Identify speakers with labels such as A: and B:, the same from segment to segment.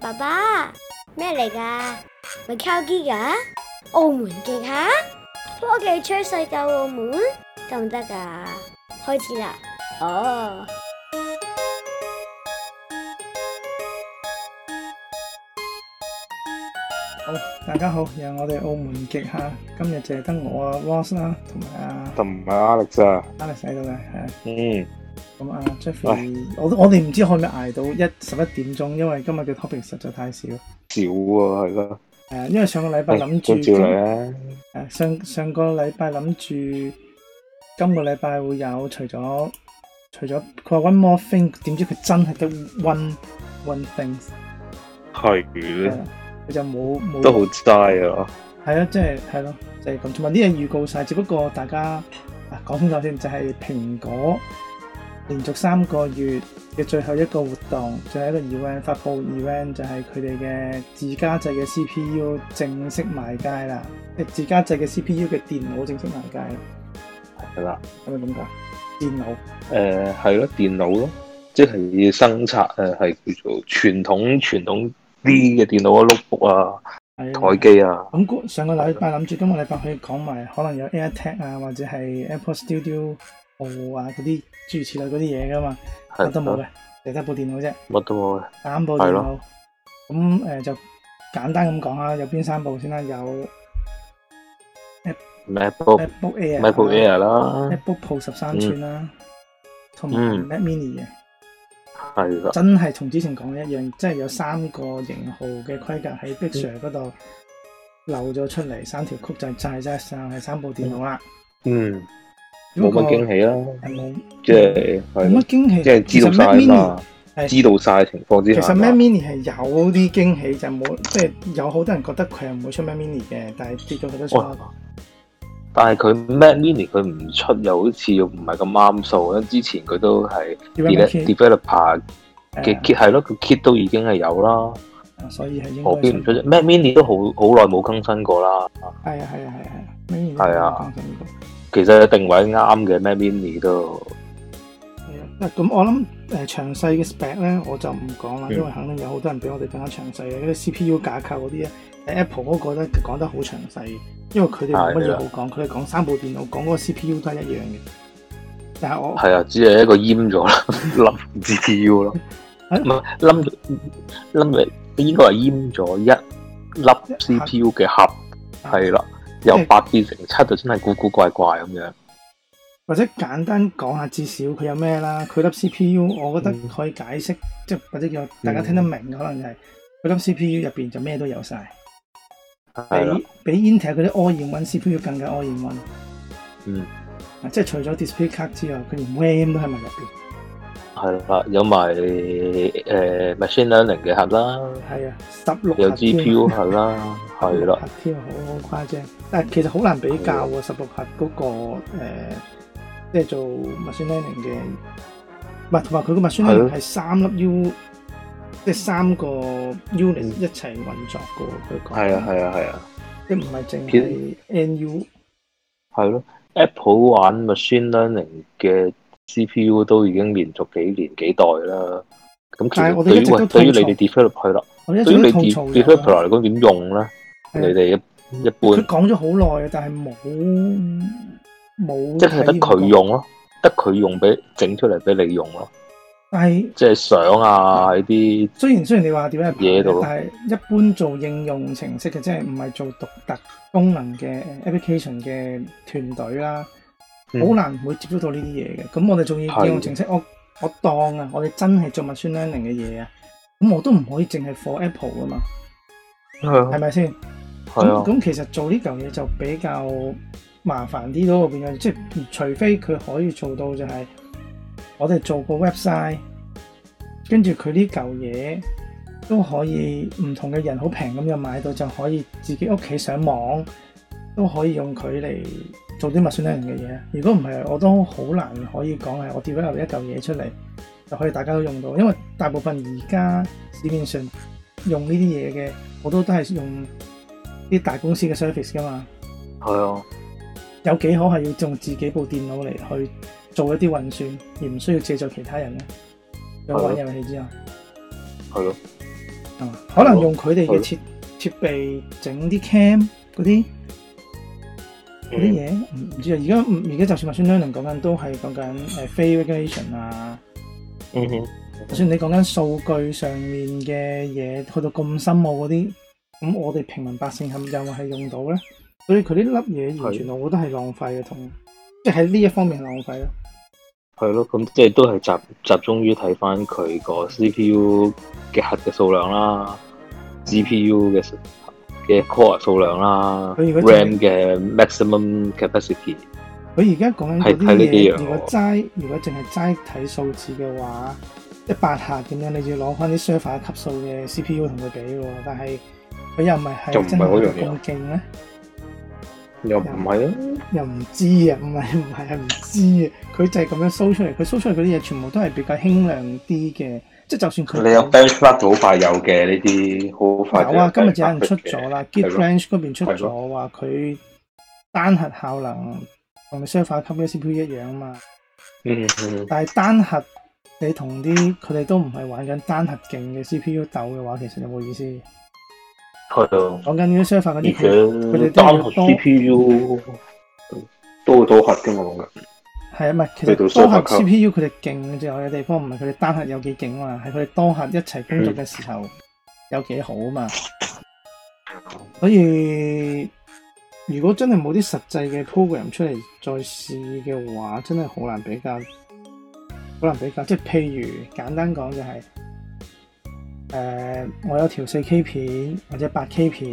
A: 爸爸，咩嚟噶？咪烤機噶？澳門極客科技趨勢救澳門得唔得噶？開始啦！哦，
B: 好，大家好，又係我哋澳門極客，今日就係得我啊 Ross 啦，同埋啊
C: 同埋 Alex 啊，
B: Alex 喺度嘅，係啊
C: 嗯，
B: 咁啊 Jeffrey，我我哋唔知可唔可以捱到一十一點鐘，因為今日嘅 topic 實在太少。
C: 少喎，係咯，
B: 係啊，因為上個禮拜諗
C: 都
B: 住
C: 照
B: 今，
C: 嚟啊，
B: 誒上上個禮拜諗住今個禮拜會有，除咗除咗佢話 one more thing，點知佢真係得 one one things，係
C: 係
B: 啊佢就冇冇
C: 都好齋啊，
B: 係啊，即係係咯，就係咁。同埋呢樣預告晒，只不過大家啊講清楚先，就係、蘋果連續三個月嘅最後一個活動，最後一個 event 發布 event 就係佢哋嘅自家製嘅 CPU 正式賣街啦，即係自家製嘅 CPU 嘅電腦正式賣街，
C: 係啦，
B: 係咪咁講？電腦
C: 誒係咯，電腦咯，即係生產誒係叫做傳統傳統啲嘅電腦啊，notebook 啊，
B: 係
C: 台
B: 啊
C: 機啊，
B: 咁嗰上個禮拜諗住今個禮拜可以講埋可能有 AirTag 啊，或者係 Apple Studio 號啊嗰啲諸如此類嗰啲嘢噶嘛，乜
C: 係
B: 都冇
C: 咯
B: 嘅，就得部電腦啫。
C: 乜都冇嘅，
B: 三部電
C: 係
B: 腦
C: 咯，
B: 咁誒、呃就簡單咁講啦，有邊三部先啦？有
C: MacBook、
B: MacBook Air 啦、
C: MacBook Air 啦，
B: MacBook Pro 十三寸啦，同埋
C: 嗯
B: Mac Mini à. 嘅，
C: 係啦，
B: 真係同之前講嘅一樣，即係有三個型號嘅規格喺 Big Sur 嗰度漏咗出嚟，三條曲就就係就係三部電腦啦。
C: 嗯，
B: 只
C: 冇
B: 不過
C: 乜驚喜啦，
B: 係冇
C: 即係係
B: 冇乜
C: 咯，
B: 驚喜，
C: 即係知道
B: 啊其實 Mac
C: 晒
B: Mini
C: 嘛，
B: 係
C: 知道晒情況之
B: 其
C: 下
B: 實
C: 嘛
B: Mac Mini 係有啲驚喜，就冇即係有好多人覺得佢係唔會出 Mac Mini 嘅，但係跌咗佢都出啦。
C: 但係佢 Mac Mini 佢唔出又好似又唔係咁啱數啦。之前佢都係
B: Development kit，
C: developer 嘅
B: 誒
C: kit 係咯，佢 kit 都已經係有啦，
B: 啊所以係應
C: 何必唔
B: 該
C: 出啫？Mac Mini 都好好耐冇更新過啦。
B: 係啊係啊係啊係啊，明年
C: 係啊
B: 講緊呢個
C: 其實定位啱嘅 Mac Mini 都
B: 係啊。嗱咁我諗誒詳細嘅 spec 咧，我就唔講啦，
C: 嗯
B: 因為肯定有好多人比我哋更加詳細嘅，因為 CPU 架構嗰啲咧誒，Apple 嗰個咧講得好詳細，因為佢哋冇乜嘢
C: 係啊
B: 好講，佢哋講三部電腦講嗰個 CPU 都係一樣嘅。但係我
C: 係啊，只係一個閹咗啦， 冧 GPU 咯，唔係冧咗冧咗，應該係閹咗一粒 CPU 嘅盒，係啊啦，由八變成七就真係古古怪怪咁樣。
B: 或者簡單講下，至少佢有咩啦？佢粒 CPU，我覺得
C: 嗯
B: 可以解釋，即係或者叫大家聽得明，可能就係佢粒 CPU 入邊就咩都有晒。
C: 係啦，
B: 比比 Intel 嗰啲 all in one CPU 更加 all in one。
C: 嗯
B: 啊，即係除咗 display card 之外，佢連 RAM 都喺埋入邊。
C: 係啦，有埋誒、呃 machine learning 嘅盒啦。
B: 係啊，十六
C: 有
B: 核添
C: GPU 係 啦，係啦，
B: 核添好好誇張。但係其實好難比較喎，十六核嗰個呃即係做 machine learning 嘅，唔係同埋佢個 machine
C: 係咯
B: learning 係三粒 U，即係三個 unit 一齊運作嘅喎。佢講
C: 係啊，，係啊，係啊，
B: 即係唔係淨
C: 其
B: 係 NU
C: 係咯。Apple 玩 machine learning 嘅 CPU 都已經連續幾年幾代啦。咁其
B: 但係我
C: 實
B: 哋
C: 對
B: 一
C: 於
B: 直都
C: 喂
B: 吐槽
C: 對於你哋 develop 係啦，
B: 我一
C: 對於
B: 早
C: 你
B: 都吐槽
C: de-
B: 咗啦
C: developer 嚟講點用咧？
B: 係啊
C: 你哋一一般
B: 佢講咗好耐啊，但係冇冇
C: 即係得
B: 體驗過
C: 佢。用咯，得佢用俾整出嚟俾你用咯，
B: 但係
C: 即係相啊喺啲
B: 雖然雖然你話點樣
C: 嘢度咯
B: 但係一般做應用程式嘅，即係唔係做獨特功能嘅呃 application 嘅團隊啦，好、
C: 嗯
B: 難會接觸到呢啲嘢嘅。咁我哋仲要
C: 係
B: 應用程式，我我當啊，我哋真係做 machine learning 嘅嘢啊，咁我都唔可以淨係 for Apple 噶嘛，
C: 哦
B: 係咪先？
C: 係啊
B: 咁，咁其實做呢嚿嘢就比較麻煩啲咯，變咗即係除非佢可以做到就係我哋做個 website，跟住佢呢嚿嘢都可以唔同嘅人好平咁就買到，就可以自己屋企上網都可以用佢嚟做啲 machine learning 嘅嘢。如果唔係，我都好難可以講係我 develop 一嚿嘢出嚟就可以大家都用到，因為大部分而家市面上用呢啲嘢嘅好多都係用啲大公司嘅 service 噶嘛，
C: 係啊，
B: 有幾可係要用自己部電腦嚟去做一啲運算，而唔需要借助其他人咧。有玩遊戲之後，
C: 係咯。
B: 啊可能用佢哋嘅設設備整啲 cam 嗰啲嗰
C: 嗯
B: 啲嘢，唔唔知啊。而家唔而家就算 machine learning 講緊都係講緊誒非 regulation 啊，
C: 嗯哼，
B: 就算你講緊數據上面嘅嘢，去到咁深奧嗰啲，咁我哋平民百姓係咪又係用到咧？所以佢呢粒嘢完全我覺得係浪費嘅，同即係喺呢一方面係浪費咯。
C: 係咯，咁即係都係集集中於睇翻佢個 CPU 嘅核嘅數量啦，GPU 嘅嘅 core 數量啦
B: 佢如果淨係
C: ，RAM 嘅 maximum capacity
B: 佢而家講緊嗰
C: 係睇呢
B: 啲
C: 幾
B: 嘢，
C: 樣
B: 如果齋如果淨係齋睇數字嘅話，一百下點樣，你就要攞翻啲 server 級數嘅 CPU 同佢比喎。但係佢又唔係
C: 就
B: 係
C: 唔係
B: 真係
C: 嗰樣嘢啊
B: 咁勁咧，
C: 又唔係啊，
B: 又唔知啊，唔係 唔係係唔知啊。佢就係咁樣 show 出嚟，佢 show 出嚟嗰啲嘢全部都係比較輕量啲嘅，即係就算佢
C: 你有 benchmark 好快有嘅呢啲，好快就
B: 有啊，今日就有人
C: benchmark
B: 出
C: 嘅
B: 咗啦
C: 係咯
B: ，GitRange 嗰邊出
C: 係
B: 咗話佢單核效能同你 server 級嘅 CPU 一樣啊嘛。
C: 嗯嗯
B: 但係單核你同啲佢哋都唔係玩緊單核勁嘅 CPU 鬥嘅話，其實有冇意思？
C: 係咯，
B: 講緊啲 server 嗰
C: 而
B: 啲，佢
C: 且
B: 哋都係
C: 單
B: 要
C: 核
B: 多
C: CPU 都會多核㗎嘛，講緊
B: 係啊，唔係其
C: 去到
B: 實多核
C: server 級
B: CPU 佢哋勁嘅有嘅地方，唔係佢哋單核有幾勁嘛，係佢哋多核一齊工作嘅時候有幾好啊嘛。所以如果真係冇啲實際嘅 program 出嚟再試嘅話，真係好難比較，好難比較。即係譬如簡單講就係、誒、我有條四 K 片或者八 K 片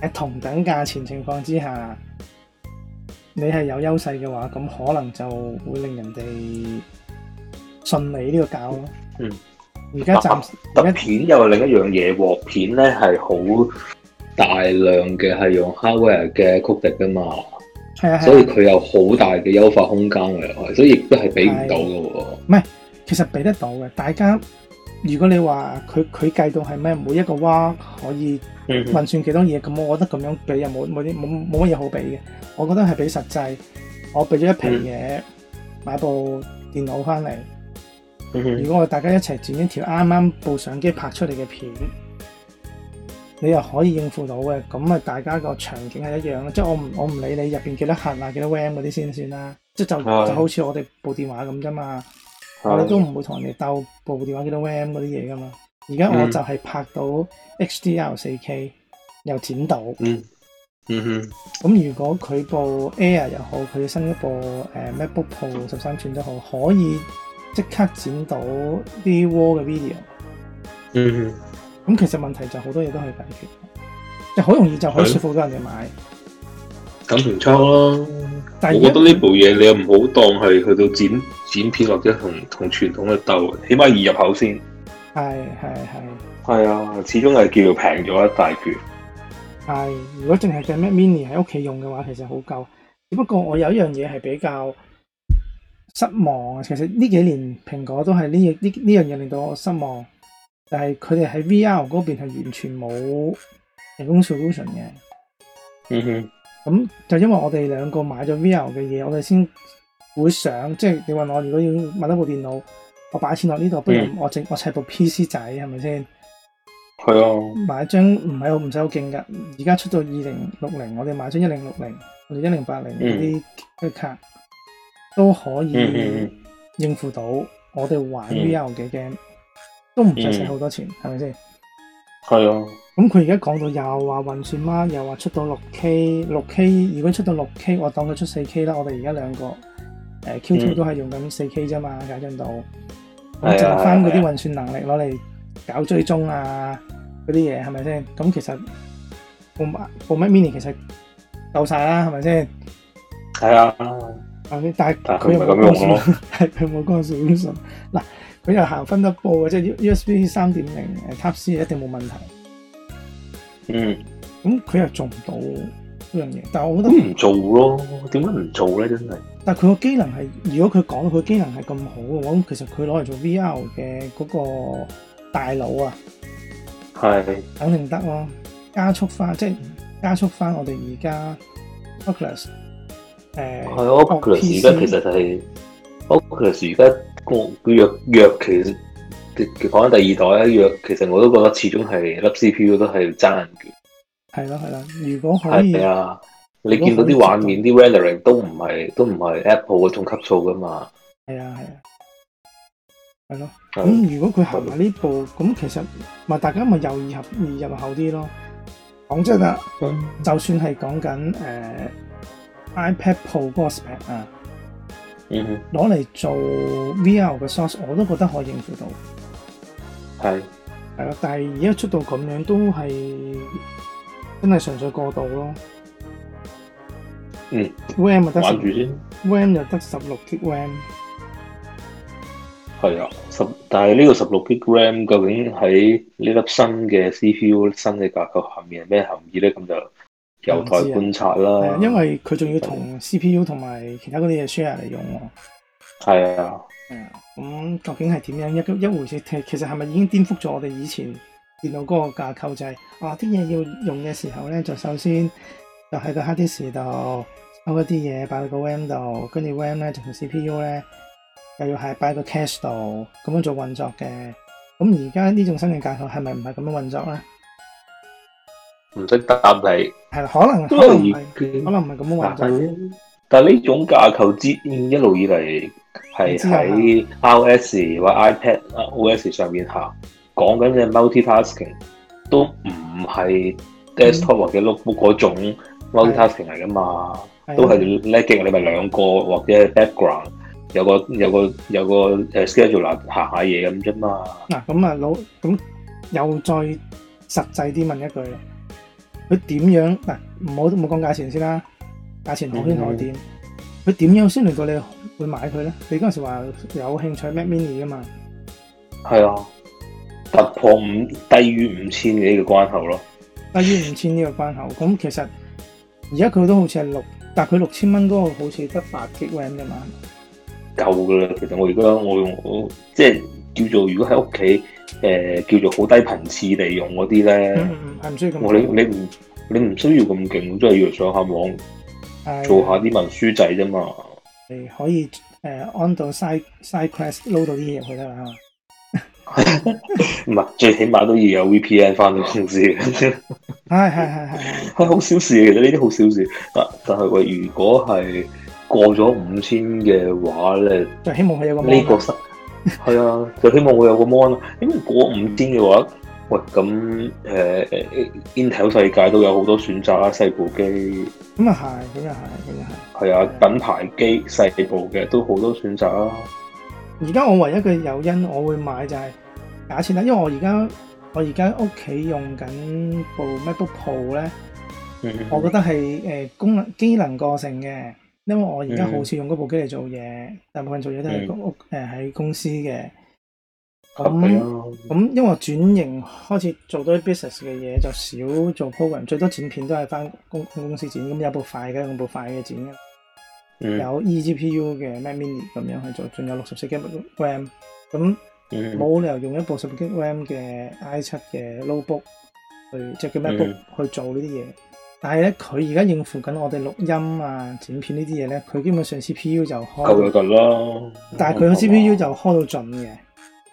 B: 喺同等價錢情況之下，你係有優勢嘅話，咁可能就會令人哋信你呢個價咯。
C: 嗯，啊
B: 而家暫時而
C: 特
B: 家
C: 片又係另一樣嘢喎，片咧係好大量嘅係用 hardware 嘅曲迪噶嘛，
B: 係啊係啊。
C: 所以佢有好大嘅優化空間嘅，所以亦都係俾唔到嘅喎。
B: 其實俾得到嘅。大家如果你話佢佢計到係咩，每一個蛙可以
C: 嗯
B: 運算幾多嘢，咁、我覺得咁樣俾又冇冇啲冇冇乜嘢好俾嘅。我覺得係俾實際，我俾咗一皮嘢，買部電腦翻嚟。
C: 嗯
B: 如果我大家一齊剪一條啱啱部相機拍出嚟嘅片，你又可以應付到嘅，咁啊大家個場景係一樣咯。即係我唔我唔理你入邊幾多核啊、幾多 RAM 嗰啲先算啦。即係就
C: 係
B: 就好似我哋部電話咁啫嘛。我哋都
C: 哼，
B: 唔會同人哋鬥部電話幾多 RAM 嗰啲嘢噶嘛。而家
C: 嗯
B: 我就係拍到 HDR 四 K 又剪到，
C: 嗯嗯哼，
B: 咁如果佢部 Air 又好，佢新一部誒、呃 MacBook Pro 十三寸都好，可以即刻剪到啲 RAW 嘅 video。
C: 嗯
B: 咁其實問題就好多嘢都可以解決，就好容易就可以
C: 係
B: 說服到人哋買。
C: 哼，咁唔錯咯。
B: 但
C: 我
B: 係啊
C: 覺
B: 而
C: 得
B: 家
C: 呢部嘢你又唔好當係去到剪剪片或者同同傳統嘅鬥，起碼易入口先。
B: 係係係
C: 係啊，始終係叫做平咗一大橛。
B: 係，如果淨係隻 Mac Mini 喺屋企用嘅話，其實好夠。只不過我有一樣嘢係比較失望啊。其實呢幾年蘋果都係呢呢呢樣嘢令到我失望，但係佢哋喺 VR 嗰邊係完全冇提供 solution 嘅。
C: 嗯哼，
B: 咁就因為我哋兩個買咗 VR 嘅嘢，我哋先會想，即係你問我如果要買多部電腦，我擺錢落呢度，不如
C: 嗯
B: 我整我砌部 PC 仔係咪先？
C: 係啊，
B: 買張唔係好唔使好勁㗎，而家出到二零六零，我哋買張一零六零或者一零八零嗰啲卡都可
C: 嗯嗯嗯
B: 以應付到我哋玩
C: 嗯
B: VR 嘅 game，都唔使使好多錢，係咪先？
C: 係啊。
B: 咁佢而家講到又話運算啦，又話出到六 K，六 K 如果出到六 K，我當佢出四 K 啦。我哋而家兩個誒、呃 Q2
C: 嗯
B: 都係用緊四 K 啫嘛，解進度
C: 係啊
B: 咁就翻嗰
C: 係
B: 啲
C: 啊
B: 運算能力攞嚟搞追蹤啊嗰啲嘢係咪先？咁其實部部 Mac Mini 其實夠晒啦，係咪先？
C: 係啊，
B: 係咪但係
C: 但係
B: 佢又
C: 佢
B: 冇
C: 唔係咁用咯
B: solution，係佢冇嗰個 solution。嗱，佢又行分得布嘅，即係 USB 三點零誒 Type C 一定冇問題。
C: 嗯，
B: 咁佢又做唔到呢樣嘢，但係我覺得，
C: 咁唔做咯，點解唔做咧？真係，
B: 但係佢個機能係，如果佢講佢機能係咁好嘅話，咁其實佢攞嚟做 VR 嘅嗰個大腦啊，
C: 係，
B: 肯定得咯，加速翻，即係
C: 嗯
B: 加速翻我哋而家 Oculus 誒
C: 係啊 Oculus 而家其實係 Oculus 而家個佢若若其講緊第二代咧，若其實我都覺得始終係粒 CPU 都係爭硬卷。
B: 係啦係啦，如果可以
C: 係啊，你見到啲畫面、啲 rendering 都唔係都唔係 Apple 嗰種級數噶嘛。
B: 係啊係啊，係咯。
C: 係
B: 咁如果佢行埋呢步，咁其實咪大家咪又易合易入口啲咯。講真啊，
C: 嗯
B: 就算係講緊誒 iPad Pro 嗰個 spec 啊，
C: 嗯哼，
B: 攞嚟做 VR 嘅 source，我都覺得可以應付到。
C: 係
B: 係咯，但係而家出到咁樣都係真係純粹過渡咯。
C: 嗯
B: ，RAM 又得
C: 玩住
B: 十
C: 先。
B: ，RAM 又得十六 G RAM，
C: 係啊，十但係呢個十六 G RAM 究竟喺呢粒新嘅 CPU 新嘅架構下面係咩含義咧？咁就有待觀察
B: 係啊
C: 啦。，
B: 因為佢仲要同 CPU 同埋其他嗰啲嘢 share 嚟用喎。
C: 係啊，
B: 係啊，咁究竟係點樣一一回事？其其實係咪已經顛覆咗我哋以前電腦嗰個架構？就係、啊啲嘢要用嘅時候咧，就首先就喺個 hard disk 度抽一啲嘢擺喺個 RAM 度，跟住 RAM 咧就同 CPU 咧又要係擺喺個 cache 度咁樣做運作嘅。咁而家呢種新嘅架構係咪唔係咁樣運作咧？
C: 唔識答你，
B: 係啦，可能可
C: 因為
B: 能唔
C: 已
B: 係，
C: 經
B: 可能唔係咁樣運
C: 但
B: 作。
C: 係但係呢種架構之一路以嚟係
B: 啊
C: 喺 iOS 或 iPad OS 上面行，講緊嘅 multitasking 都唔係
B: 嗯
C: desktop 或者 notebook 嗰種 multitasking 嚟噶嘛，
B: 係啊
C: 都係 legging 你咪兩個或者係 background 有個有個有個誒 schedule 行下嘢咁啫嘛。
B: 嗱，咁啊老咁又再實際啲問一句啦，佢點樣嗱？唔好唔好講價錢先啦，價錢可圈可點。佢點樣先令到你會買佢咧？你嗰陣時話有興趣 Mac Mini 噶嘛？
C: 係啊，突破五低於五千嘅呢個關口咯。
B: 低於五千呢個關口，咁其實而家佢都好似係六，但係佢六千蚊嗰個好似得八 G RAM 啫嘛。
C: 夠噶啦。其實我而家我用我即係叫做，如果喺屋企誒叫做好低頻次地用嗰啲咧，
B: 嗯嗯嗯，係唔需要咁
C: 我你你唔你唔需要咁勁，都係要上下網
B: 係
C: 做下啲文書仔啫嘛。
B: 你可以誒安到 side side quest 撈到啲嘢入去啦。
C: 唔係，最起碼都要有 VPN 翻到公司。係
B: 係係係係係，
C: 好小事嘅，其實呢啲好小事。但但係喂，如果係過咗五千嘅話咧，
B: 就希望佢有個
C: 呢
B: mon 啊
C: 個失係啊，就希望會有個 mon 啦。因為過五千嘅話，喂咁誒誒 Intel 世界都有好多選擇啦，細部機
B: 咁啊係，咁又係，咁又係。
C: 係啊，品牌機細部嘅都好多選擇啦。
B: 而家我唯一嘅誘因，我會買就係假設啦，因為我而家我而家屋企用緊部 MacBook Pro 咧，
C: 嗯
B: 我覺得係誒、呃功能機能過剩嘅，因為我而家
C: 嗯
B: 好少用嗰部機嚟做嘢，大部分做嘢都係
C: 嗯
B: 公屋誒喺公司嘅。
C: 合理
B: 咁
C: 啊，
B: 咁因為我轉型開始做多啲 business 嘅嘢，就少做 program，最多剪片都係翻公公司剪，咁有部快嘅，用部快嘅剪嘅。
C: 嗯
B: 有 E eGPU 嘅 Mac Mini 咁樣去做，仲有六十四 G RAM，咁
C: 嗯
B: 冇理由用一部十六 G RAM 嘅 i 七嘅 notebook 去即係
C: 嗯
B: 叫 MacBook 去做呢啲嘢。但係咧，佢而家應付緊我哋錄音啊、剪片呢啲嘢咧，佢基本上 CPU 就
C: 嗯夠就
B: 開，
C: 夠啦。
B: 但係佢個 CPU 就開到盡嘅。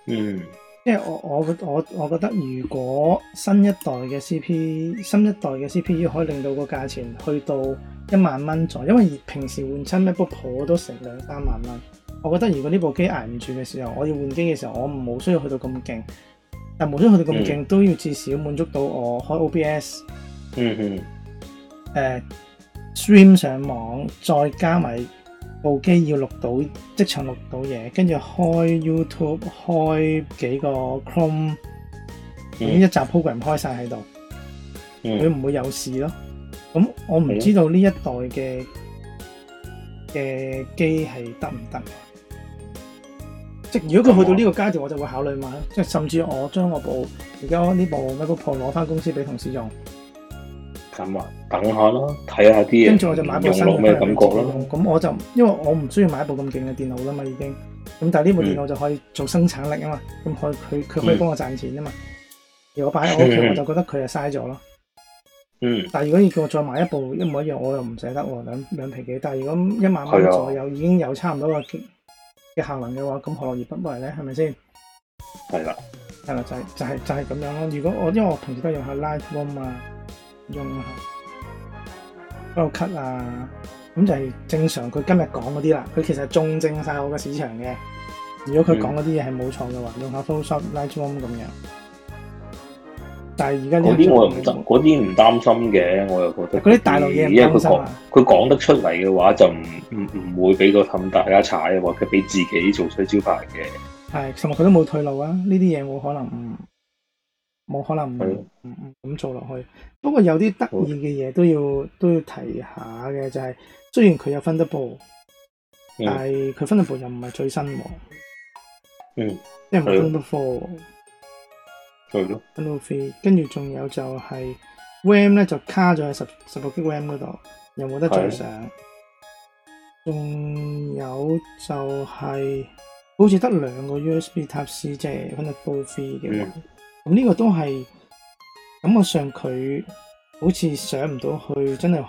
C: 嗯
B: 即係我我我我覺得，如果新一代嘅 CP 新一代嘅 CPU 可以令到個價錢去到一萬蚊左右，因為平時換親 MacBook Pro 都成兩三萬蚊。我覺得如果呢部機捱唔住嘅時候，我要換機嘅時候，我冇需要去到咁勁，但冇需要去到咁勁、都要至少滿足到我開 OBS
C: 嗯嗯
B: 誒、stream 上網，再加埋部機要錄到即場錄到嘢，跟住開 YouTube 開幾個 Chrome。咁一
C: 嗯
B: 集 program 開晒喺度，佢
C: 嗯啊
B: 唔會有事咯。咁我唔知道呢一代嘅嘅機係得唔得，即係如果佢去到呢個階段，我就會考慮買。即係甚至我將我部而家呢部 MacBook Pro 攞翻公司俾同事用，
C: 咁啊，等下啦，睇下
B: 跟
C: 啲
B: 住我就買部
C: 嘢
B: 新
C: 用
B: 嘅
C: 落咩
B: program
C: 感
B: 俾
C: 覺
B: 自己
C: 啦。
B: 用。咁我就因為我唔需要買一部咁勁嘅電腦啦嘛，已經。咁但係呢部電腦就可以做生產力啊嘛，咁佢佢佢可以幫我賺錢啊嘛。如果擺喺我屋企，
C: 嗯
B: 我就覺得佢係嘥咗咯。
C: 嗯
B: 但係如果要叫我再買一部一模一樣，我又唔捨得喎，兩兩皮幾。但係如果一萬蚊
C: 係啊
B: 左右已經有差唔多嘅嘅效能嘅話，咁何樂而不為咧？係咪先？
C: 係啦，
B: 係啦，就係、就係、就係、咁樣咯。如果我因為我平時都用下 Lightroom 啊，用下 Final Cut 啊，咁就係正常佢今日講嗰啲啦。佢其實中正晒我個市場嘅。如
C: 嗯
B: 果佢講嗰啲嘢係冇錯嘅話，用下 Photoshop、Lightroom 咁樣。但係而家呢
C: 嗰啲我又唔
B: 種
C: 擔，嗰啲唔擔心嘅，我又覺得
B: 嗰啲大陸嘢唔
C: 因為佢
B: 擔心
C: 講
B: 啊
C: 佢講得出嚟嘅話，就唔唔唔會俾個氹大家踩，或者俾自己做衰招牌嘅。
B: 係，同埋佢都冇退路啊！呢啲嘢冇可能唔冇可能
C: 係
B: 唔唔唔咁做落去。不過有啲得意嘅嘢都要都要提下嘅，就係、雖然佢有 Thunderbolt，
C: 嗯
B: 但係佢 Thunderbolt 又唔係最新喎，
C: 嗯，
B: 即係唔係
C: 係
B: Thunderbolt Four、
C: 係咯，
B: Thunderbolt Three，跟住仲有就係 RAM 咧就卡咗喺十十六 G RAM 嗰度，又冇得再
C: 係
B: 上。仲有就係、好似得兩個 USB Type C，即係 Thunderbolt Three 嘅話。
C: 嗯
B: 咁呢個都係感覺上佢好似上唔到去，真係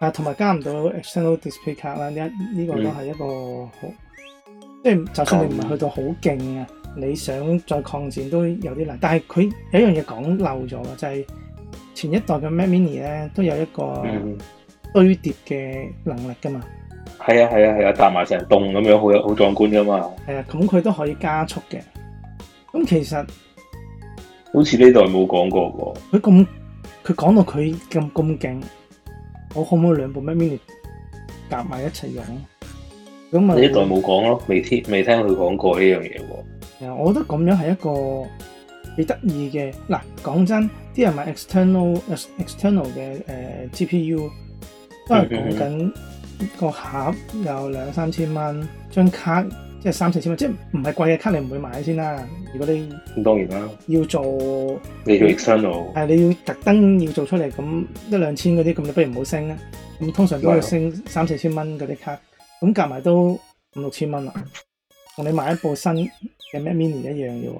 B: 啊，同埋加唔到 external display 卡啦。呢呢、個
C: 嗯
B: 都係一個好，即係就算你唔係去到好勁啊，你想再擴展都有啲難。但係佢有一樣嘢講漏咗嘅，就係、前一代嘅 Mac Mini 咧都有一個
C: 嗯，
B: 堆疊嘅能力噶嘛，
C: 係啊係啊係啊，搭埋成棟咁樣，好有好壯觀噶嘛。
B: 係啊，咁佢都可以加速嘅。咁其實
C: 好似呢代冇講過喎。
B: 佢咁佢講到佢咁咁勁，我可唔可以兩部 Mac Mini 夾埋一齊用？咁咪
C: 呢一代冇講咯，未聽未聽佢講過呢樣嘢喎。
B: 係啊我覺得咁樣係一個幾得意嘅。嗱，講真，啲人買 external external 嘅誒、呃 GPU 都係講緊個盒有兩三千蚊，張卡即係三四千蚊，即係唔係貴嘅卡你唔會買先啦。如果你
C: 咁當然啦，
B: 要做
C: 你做 external
B: 係你要特登要做出嚟咁一兩千嗰啲，咁你不如唔好升啦。咁通常都要升三四千蚊嗰啲卡，咁夾埋都五六千蚊啦。同你買一部新嘅 Mac Mini 一樣嘅喎。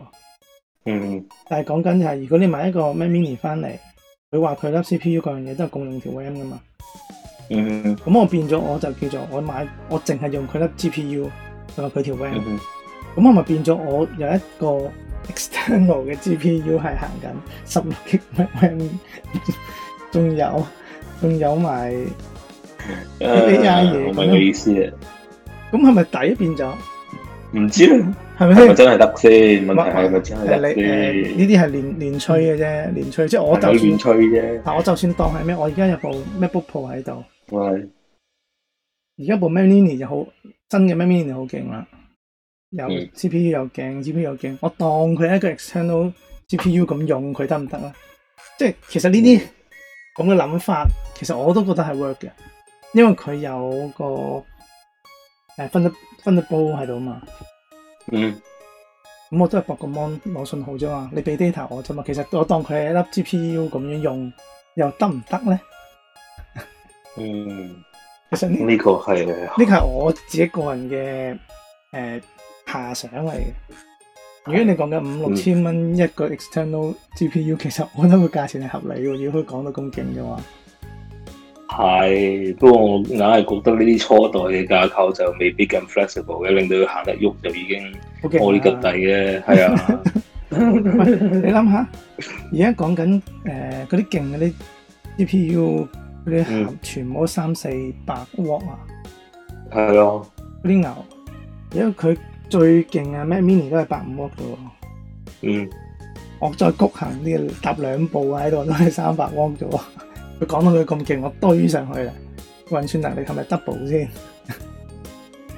C: 嗯，
B: 但係講緊就係，如果你買一個 Mac Mini 翻嚟，佢話佢粒 CPU 嗰樣嘢都係供兩條 RAM 噶嘛。
C: 嗯嗯
B: 咁我變咗我就叫做我買我淨係用佢粒 GPU 同埋佢條 RAM。
C: 嗯
B: 咁我咪變咗我有一個 external 嘅 GPU 係行緊十六 G RAM，仲有仲有埋，咁
C: 嗯，
B: AI 嘢
C: 我明嘅意思啊，
B: 係咪抵變咗？
C: 唔知咧，
B: 係咪
C: 係
B: 先
C: 咪？真係得先？問題係咪真係
B: 誒
C: 得
B: 你誒
C: 先？
B: 呢啲係連連吹嘅啫，連吹即係我
C: 我
B: 就
C: 亂
B: 算啊
C: 吹啫，
B: 嗱，我就算當係咩，我而家有部 MacBook Pro 喺度，
C: 喂，
B: 而家部 Mac Mini 就好新嘅 Mac Mini 就好勁啦，有
C: 嗯
B: CPU 又勁，GPU 又勁，我當佢係一個 external GPU 咁用佢得唔得啊？即係其實呢啲咁嘅諗法，其實我都覺得係 work 嘅，因為佢有個誒分得分得煲喺度嘛，
C: 嗯
B: 咁我都係博個 mon 攞信號啫嘛，你俾 data 我啫嘛，其實我當佢係一粒 GPU 咁樣用，又得唔得咧？
C: 嗯，
B: 其實呢
C: 呢個係
B: 呢個係我自己個人嘅誒、呃、遐想嚟嘅。如果你講緊
C: 嗯
B: 五六千蚊一個 external GPU，其實我覺得個價錢係合理嘅。如果佢講到咁勁嘅話，
C: 係，不過我硬係覺得呢啲初代嘅架構就未必咁 flexible 嘅，令到佢行得喐就已經
B: 好勁啊
C: 我呢個底嘅，係 啊，
B: 你諗下，而家講緊誒嗰啲勁嗰啲 GPU 嗰啲盒
C: 嗯，
B: 全部都三四百 W 啊，
C: 係咯，
B: 嗰啲牛。因為佢最勁啊 Mac Mini 都係百五 W 嘅喎。
C: 嗯。
B: 我再谷行啲，搭兩步啊喺度都係三百汪啫喎。 佢講到佢咁勁，我堆上去啦。運算能力係咪 double 先？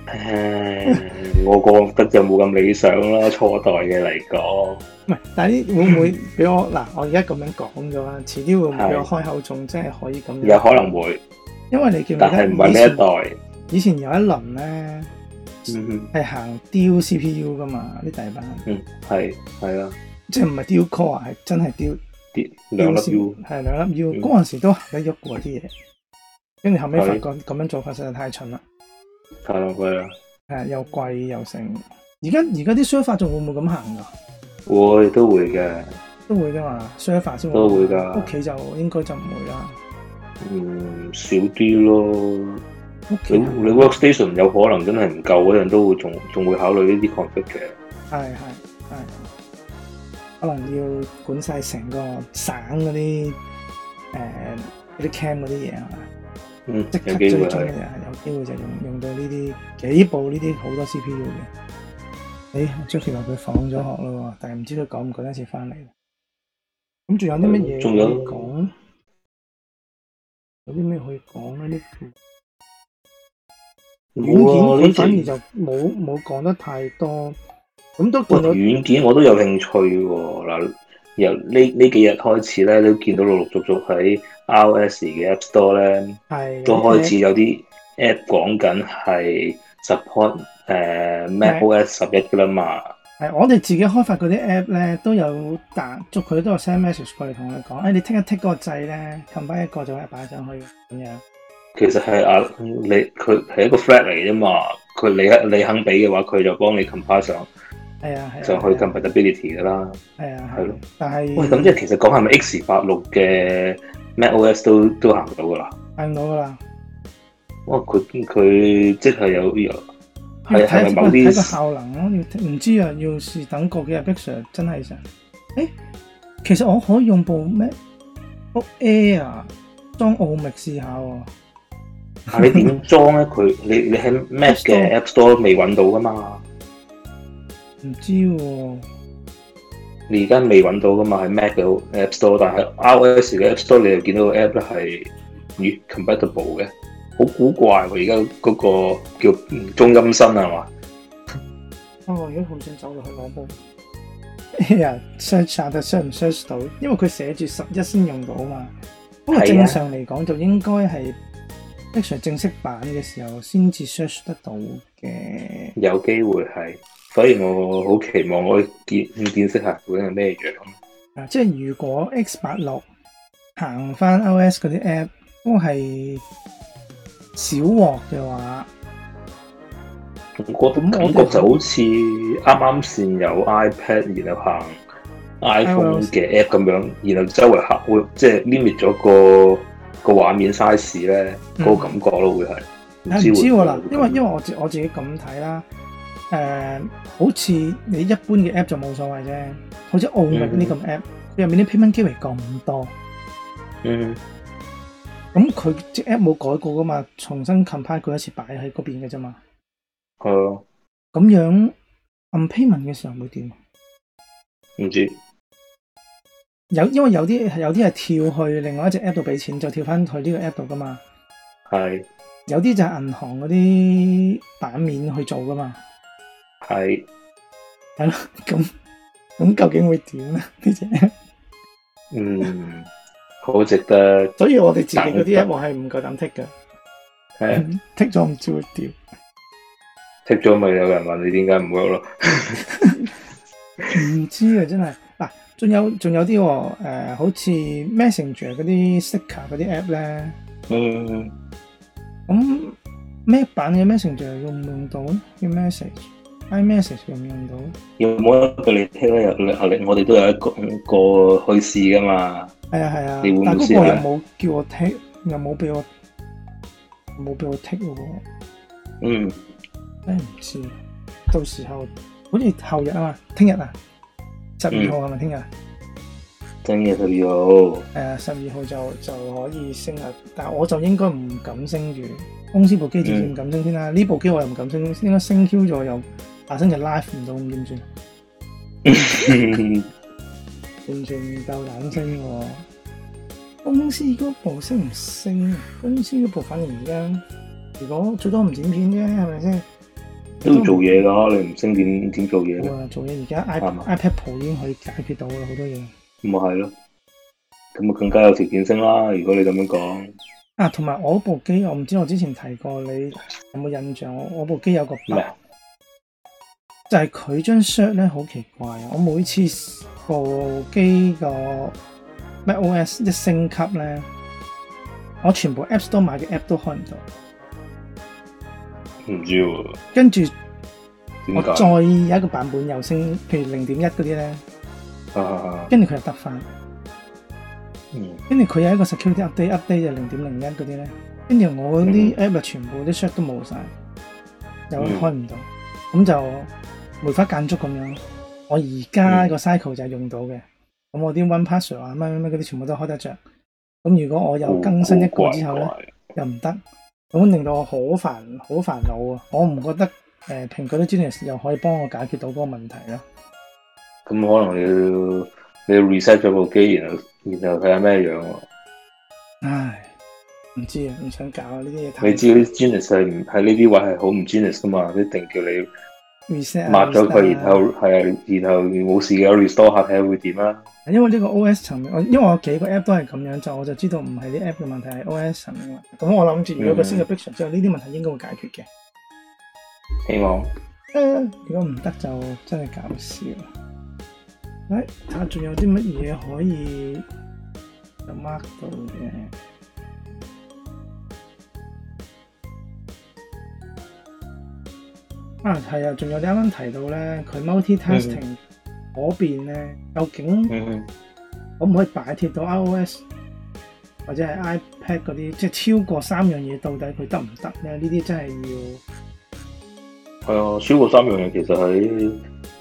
C: 誒，我覺得就冇咁理想啦，初代嘅嚟講，
B: 唔係，但係呢會唔會俾我嗱？我而家咁樣講咗啦，遲啲會唔會俾我開口仲真係可以咁
C: 有
B: 樣？
C: 可能會，
B: 因為你記唔記
C: 但係唔
B: 得以
C: 係呢
B: 前
C: 一代。
B: 以前有一輪咧
C: 嗯
B: 係行 Dual CPU 噶嘛？呢大班
C: 嗯，係係啦，
B: 即係唔係 Dual Core 係真係 Dual
C: 啲兩
B: Dual
C: 粒 U，
B: CPU 係兩粒 U。
C: 嗯
B: 嗰陣時都行得喐過啲嘢，跟住後尾發
C: 係
B: 覺咁樣做法實在太蠢啦。
C: 太浪費啦。
B: 誒又貴又剩。而家而家啲 s u r f e 仲會唔會咁行噶？
C: 會都會嘅，
B: 都會噶嘛 s u r f e 先會
C: 都會㗎
B: 屋企就應該就唔會啦。
C: 嗯，少啲咯。
B: 屋企
C: 你你 workstation 有可能真係唔夠嗰陣，都會仲仲會考慮呢啲 config 嘅。
B: 係係，係可能要管晒成個省嗰啲誒嗰啲 cam 嗰啲嘢係啊嘛？
C: 嗯，
B: 即
C: 有
B: 刻追
C: 機會
B: 蹤嘅
C: 係
B: 就係有機會就用用到呢啲幾部呢啲好多 CPU 嘅。誒，Jackie 話佢放咗學咯喎，但係唔知佢趕唔趕得切翻嚟。咁仲有啲乜嘢
C: 仲
B: 可以
C: 有
B: 講？有啲咩可以講咧？啲軟件佢
C: 冇啊！
B: 反而
C: 呢
B: 就冇冇講得太多，咁都
C: 喂
B: 見到
C: 軟件我都有興趣喎。嗱，由呢呢幾日開始咧，都見到陸陸續續喺 iOS 嘅 App Store 咧，
B: 係
C: 都開始有啲 App 講緊係 support 誒、macOS 十一噶啦嘛。
B: 係我哋自己開發嗰啲 app 咧，都有彈，捉佢都有 send message 過嚟同我哋講，誒、你剔一剔嗰個掣咧，combine 一個就可以擺上去咁樣。
C: 其實係啊，你佢係一個 flat 嚟啫嘛。佢你肯你肯俾嘅話，佢就幫你 compile 上
B: 係啊，係啊
C: 上去 compatibility 噶啦。
B: 係啊，
C: 係咯。
B: 但係
C: 喂，咁即係其實講係咪 X 八六嘅 macOS 都都行到噶啦？
B: 行到噶啦。
C: 哇！佢佢即係有有
B: 要
C: 係係
B: 睇
C: 咪
B: 個
C: 某
B: 睇個
C: 啲
B: 效能咯，要睇唔知啊，要是等過幾日 Big Sir 真係成。誒，其實我可以用部咩 Book Air 裝奧密試下喎。
C: 啊？你點裝咧？佢 你你喺 Mac 嘅 App Store 未揾到噶嘛？
B: 唔知喎，
C: 你而家未揾到噶嘛？喺 Mac 嘅 App Store，但係 iOS 嘅 App Store 你又見到個 app 咧係咦 compatible 嘅，好古怪喎！而家嗰個叫中音身係嘛？
B: 啊我而家好想走落去攞部 Air search 下睇 search 唔 search 到，因為佢寫住十一先用到啊嘛。不過
C: 係啊
B: 正常嚟講就應該係 Big Sir 正式版嘅時候先至 search 得到嘅。
C: 有機會係，所以我好期望我見見識下究竟係咩樣。
B: 啊，即係如果 X 八六行翻 iOS 嗰啲 app 都係小鑊嘅話，
C: 我感覺就好似啱啱先有 iPad，然後行
B: 啊
C: iPhone 嘅 app 咁樣，然後周圍行會即係 limit 咗個個畫面 size 咧，
B: 嗯
C: 嗰個感覺咯會係。
B: 啊唔知
C: 會唔
B: 喎
C: 會
B: 啦
C: 咁，
B: 因為因為我自我自己咁睇啦，誒、好似你一般嘅 app 就冇所謂啫，好似奧明呢啲咁 app，佢入面啲 payment 機會咁多，
C: 嗯
B: 咁佢隻 app 冇改過噶嘛，重新 compile 佢一次擺喺嗰邊嘅啫嘛，
C: 係咯，
B: 咁樣按 payment 嘅時候會點？
C: 唔知
B: 有因為有啲有啲係跳去另外一隻 app 度俾錢，就跳翻去呢個 app 度噶嘛。
C: 係
B: 有啲就係銀行嗰啲版面去做噶嘛，
C: 係
B: 係咯，咁咁究竟會點咧？呢只 app，
C: 嗯，好值得
B: 所以我哋自己嗰啲
C: 但
B: app 我係唔夠膽剔嘅，嗯
C: 誒
B: 剔咗唔知會點。
C: 剔咗咪有人問你點解唔 work 咯？
B: 唔知啊，真係嗱，仲有仲有啲喎、呃好似 Messenger 嗰啲 sticker 嗰啲 app 咧，
C: 嗯，
B: 咁 Mac 版嘅 Messenger 用唔用到咧？叫 Message，iMessage 用唔用到？
C: 有冇一個你剔咧？有你我哋都有一個一個去試噶嘛。
B: 係啊係啊，
C: 你會唔會
B: 但嗰個
C: 試下
B: 又
C: 咧
B: 冇叫我剔，又冇俾我冇俾我剔喎，
C: 嗯。
B: 真係唔知。啊到時候好似後日啊嘛，聽日啊，十二
C: 嗯
B: 號係咪聽日啊？
C: 真嘅佢有，
B: 誒，呃十二號就就可以升啦，但係我就應該唔敢升住。公司部機自己
C: 嗯
B: 唔敢升先啦，呢部機我又唔敢升，應該升 Q 咗又下星期 live 唔到咁點算？完全唔夠膽升喎。公司嗰部升唔升？公司嗰部反而而家，如果最多唔剪片啫，係咪先？
C: 都要做嘢噶，你唔升點點做嘢
B: 冇
C: 咧？
B: 啊，做嘢而家
C: 啱啊
B: iPad iPad Pro 已經可以解決到啦，好多嘢。
C: 咁咪係咯，咁啊更加有條件升啦。如果你咁樣講，
B: 啊，同埋我部機，我唔知我之前提過你有冇印象？我我部機有個
C: 咩
B: bug，就係佢張 shot 咧好奇怪啊！我每次部機個 macOS 一升級咧，我全部 App Store 買嘅 App 都開唔到，
C: 唔知喎，
B: 跟住。我
C: 點
B: 再
C: 解？
B: 有一個版本又升，譬如零點一嗰啲咧，
C: 啊，
B: 跟住佢又得翻，
C: 嗯，
B: 跟住佢有一個 security update update 就零點零一嗰啲咧，跟住我嗰啲 app 就全部啲 shut 都冇晒，又
C: 嗯
B: 開唔到，咁就梅花間竹咁樣，我而
C: 嗯
B: 家個 cycle 就係用到嘅，咁我啲 One Password 啊、乜乜乜嗰啲全部都開得着。咁如果我
C: 哦
B: 又更新一個之後咧，又唔得，咁令到我好煩好煩惱啊！我唔覺得誒、呃、蘋果啲 Genius 又可以幫我解決到嗰個問題啊咯。
C: 咁可能你要你要 reset 咗部機，然後然後睇下咩樣喎。
B: 唉，唔知啊，唔想搞啊呢啲嘢太。
C: 你知嗰啲 genius 係唔喺呢啲位係好唔 genius 噶嘛？一定叫你
B: reset 啊
C: 抹咗佢，
B: reset
C: 然
B: 啊
C: 後係啊，然後冇事嘅 restore 下睇下會點啦。
B: 因為呢個 O.S. 層面，哦我因為我幾個 app 都係咁樣，就我就知道唔係啲 app 嘅問題，係 O.S. 層面嘅問題。咁我諗住如果個新嘅 picture 之後，呢啲問題應該會解決嘅。
C: 希望
B: 誒如果唔得就真係搞笑。誒，睇下仲有啲乜嘢可以有 mark 到嘅？啊，係啊，仲有你啱啱提到咧，佢 multitasking 嗰邊咧，究竟？
C: 嗯
B: 可唔可以擺貼到 iOS 或者係 iPad 嗰啲，即係超過三樣嘢，到底佢得唔得咧？呢啲真係要
C: 係啊，超過三樣嘢其實喺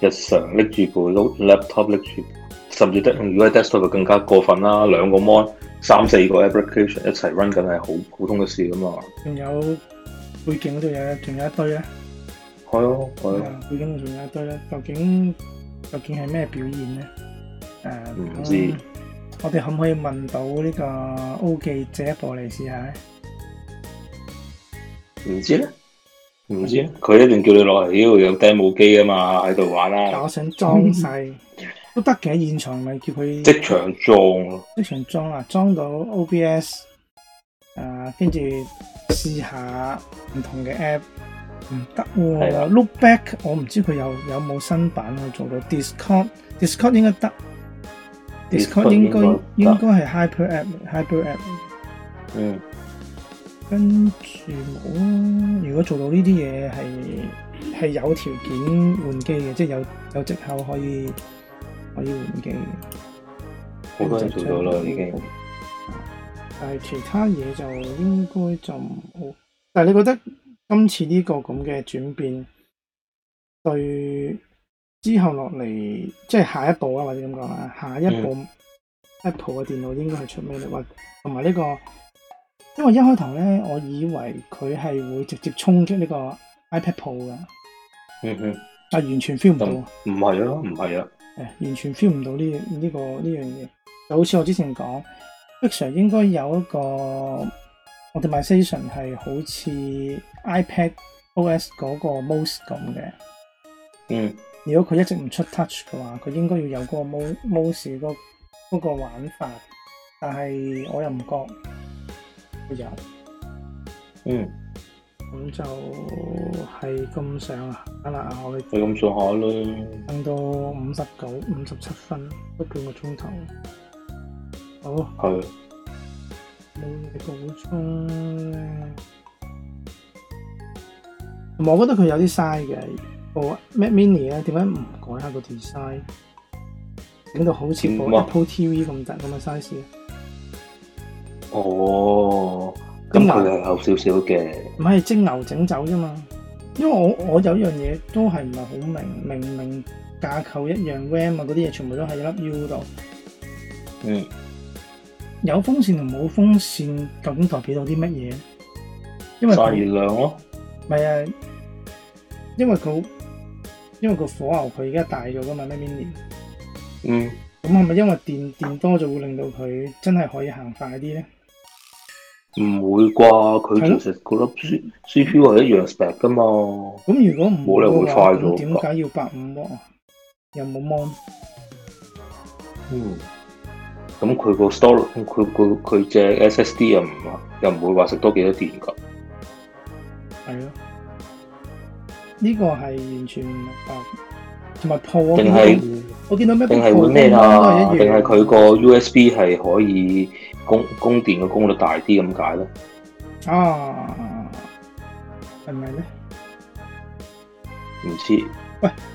C: 日常拎住部 laptop 拎住，甚至得如果係 desktop 就更加過分啦，兩個 mon 三四個 application 一齊 run 緊係好普通嘅事啊噶嘛。
B: 仲有背景嗰度有，仲有一堆咧，
C: 係咯係
B: 係
C: 啊，
B: 啊背景嗰度仲有一堆咧，究竟究竟係咩表現咧？誒、
C: 唔知
B: 我哋可唔可以問到呢個 O 記借一步嚟試下咧？
C: 唔知咧。唔知呢佢一定叫你落嚟呢度有 demo 機啊嘛，喺度玩
B: 但
C: 啦，
B: 我想裝細都得嘅，現場咪叫佢
C: 即場撞咯。
B: 即場裝啊，裝到 OBS，啊，跟住試下唔同嘅 app，唔得
C: 係
B: 喎。
C: 啦
B: Look back，我唔知佢有有冇新版去做到 Discord，Discord 應該得，Discord
C: Discord
B: 應該
C: 應
B: 應
C: 該得
B: 該係 Hyper App，Hyper App，
C: 嗯。
B: 跟住冇啊。如果做到呢啲嘢係係有條件換機嘅，即係有有藉口可以可以換機嘅。
C: 好多人做到啦，已經。
B: 但係其他嘢就應該就唔好。但係你覺得今次呢個咁嘅轉變，對之後落嚟，即係下一步啊，或者咁講啦，下一步 Apple 嘅電腦應該係出咩咧？或同埋呢個，因為一開頭咧，我以為佢係會直接衝擊呢個 iPad Pro 㗎，
C: 嗯哼，
B: 但係完全 feel 唔到啊。
C: 唔係啊，唔係啊，
B: 誒哎完全 feel 唔到呢樣呢個呢樣嘢，就好似我之前講，Big Sur 應該有一個 optimization 係好似 iPad OS 嗰個 Mouse 咁嘅。
C: 嗯，
B: 如果佢一直唔出 touch 嘅話，佢應該要有嗰個 mo- mouse 嗰嗰個玩法，但係我又唔覺佢有，
C: 嗯，
B: 咁就係咁上下啦。我哋
C: 你咁上下啦。
B: 等到五十九、五十七分，都半個鐘頭。好。
C: 係，
B: 冇嘢補充咧。同埋我覺得佢有啲嘥嘅，部 Mac Mini 咧點解唔改下個 design，整到好似部
C: 點啊
B: Apple TV 咁大咁嘅 size 啊咧？
C: 哦，咁
B: 咁啊
C: 佢
B: 難
C: 係厚少少嘅，
B: 唔係蒸牛整走啫嘛。因為我我有一樣嘢都係唔係好明，明明架構一樣 RAM 啊嗰啲嘢全部都係一粒 U 度，
C: 嗯，
B: 有風扇同冇風扇究竟代表到啲乜嘢？因為
C: 散
B: 佢
C: 熱量咯，
B: 唔係啊，因為佢因為個火牛佢而家大咗噶嘛，咩 mini？
C: 嗯，
B: 咁係咪因為電電多就會令到佢真係可以行快啲咧？
C: 唔會啩？
B: 係咯
C: 佢其實嗰粒 C C P U 係一樣 spec 噶嘛，
B: 咁如果唔
C: 冇理由
B: 嘅
C: 會
B: 話，
C: 快
B: 咁
C: 咗
B: 點解要百五瓦啊？又冇 mon，
C: 嗯，咁佢個 store 佢佢佢隻 S S D 又唔又唔會話食多幾多電㗎，
B: 係咯？呢、個係完全唔明白，同埋破我
C: 定
B: 見到
C: 係
B: 我見到咩
C: 定係
B: 破
C: 會咩啊？
B: 都係一樣
C: 定係佢個 U S B 係可以供供電嘅功率大啲咁解咧？
B: 啊？係咪咧？
C: 唔知。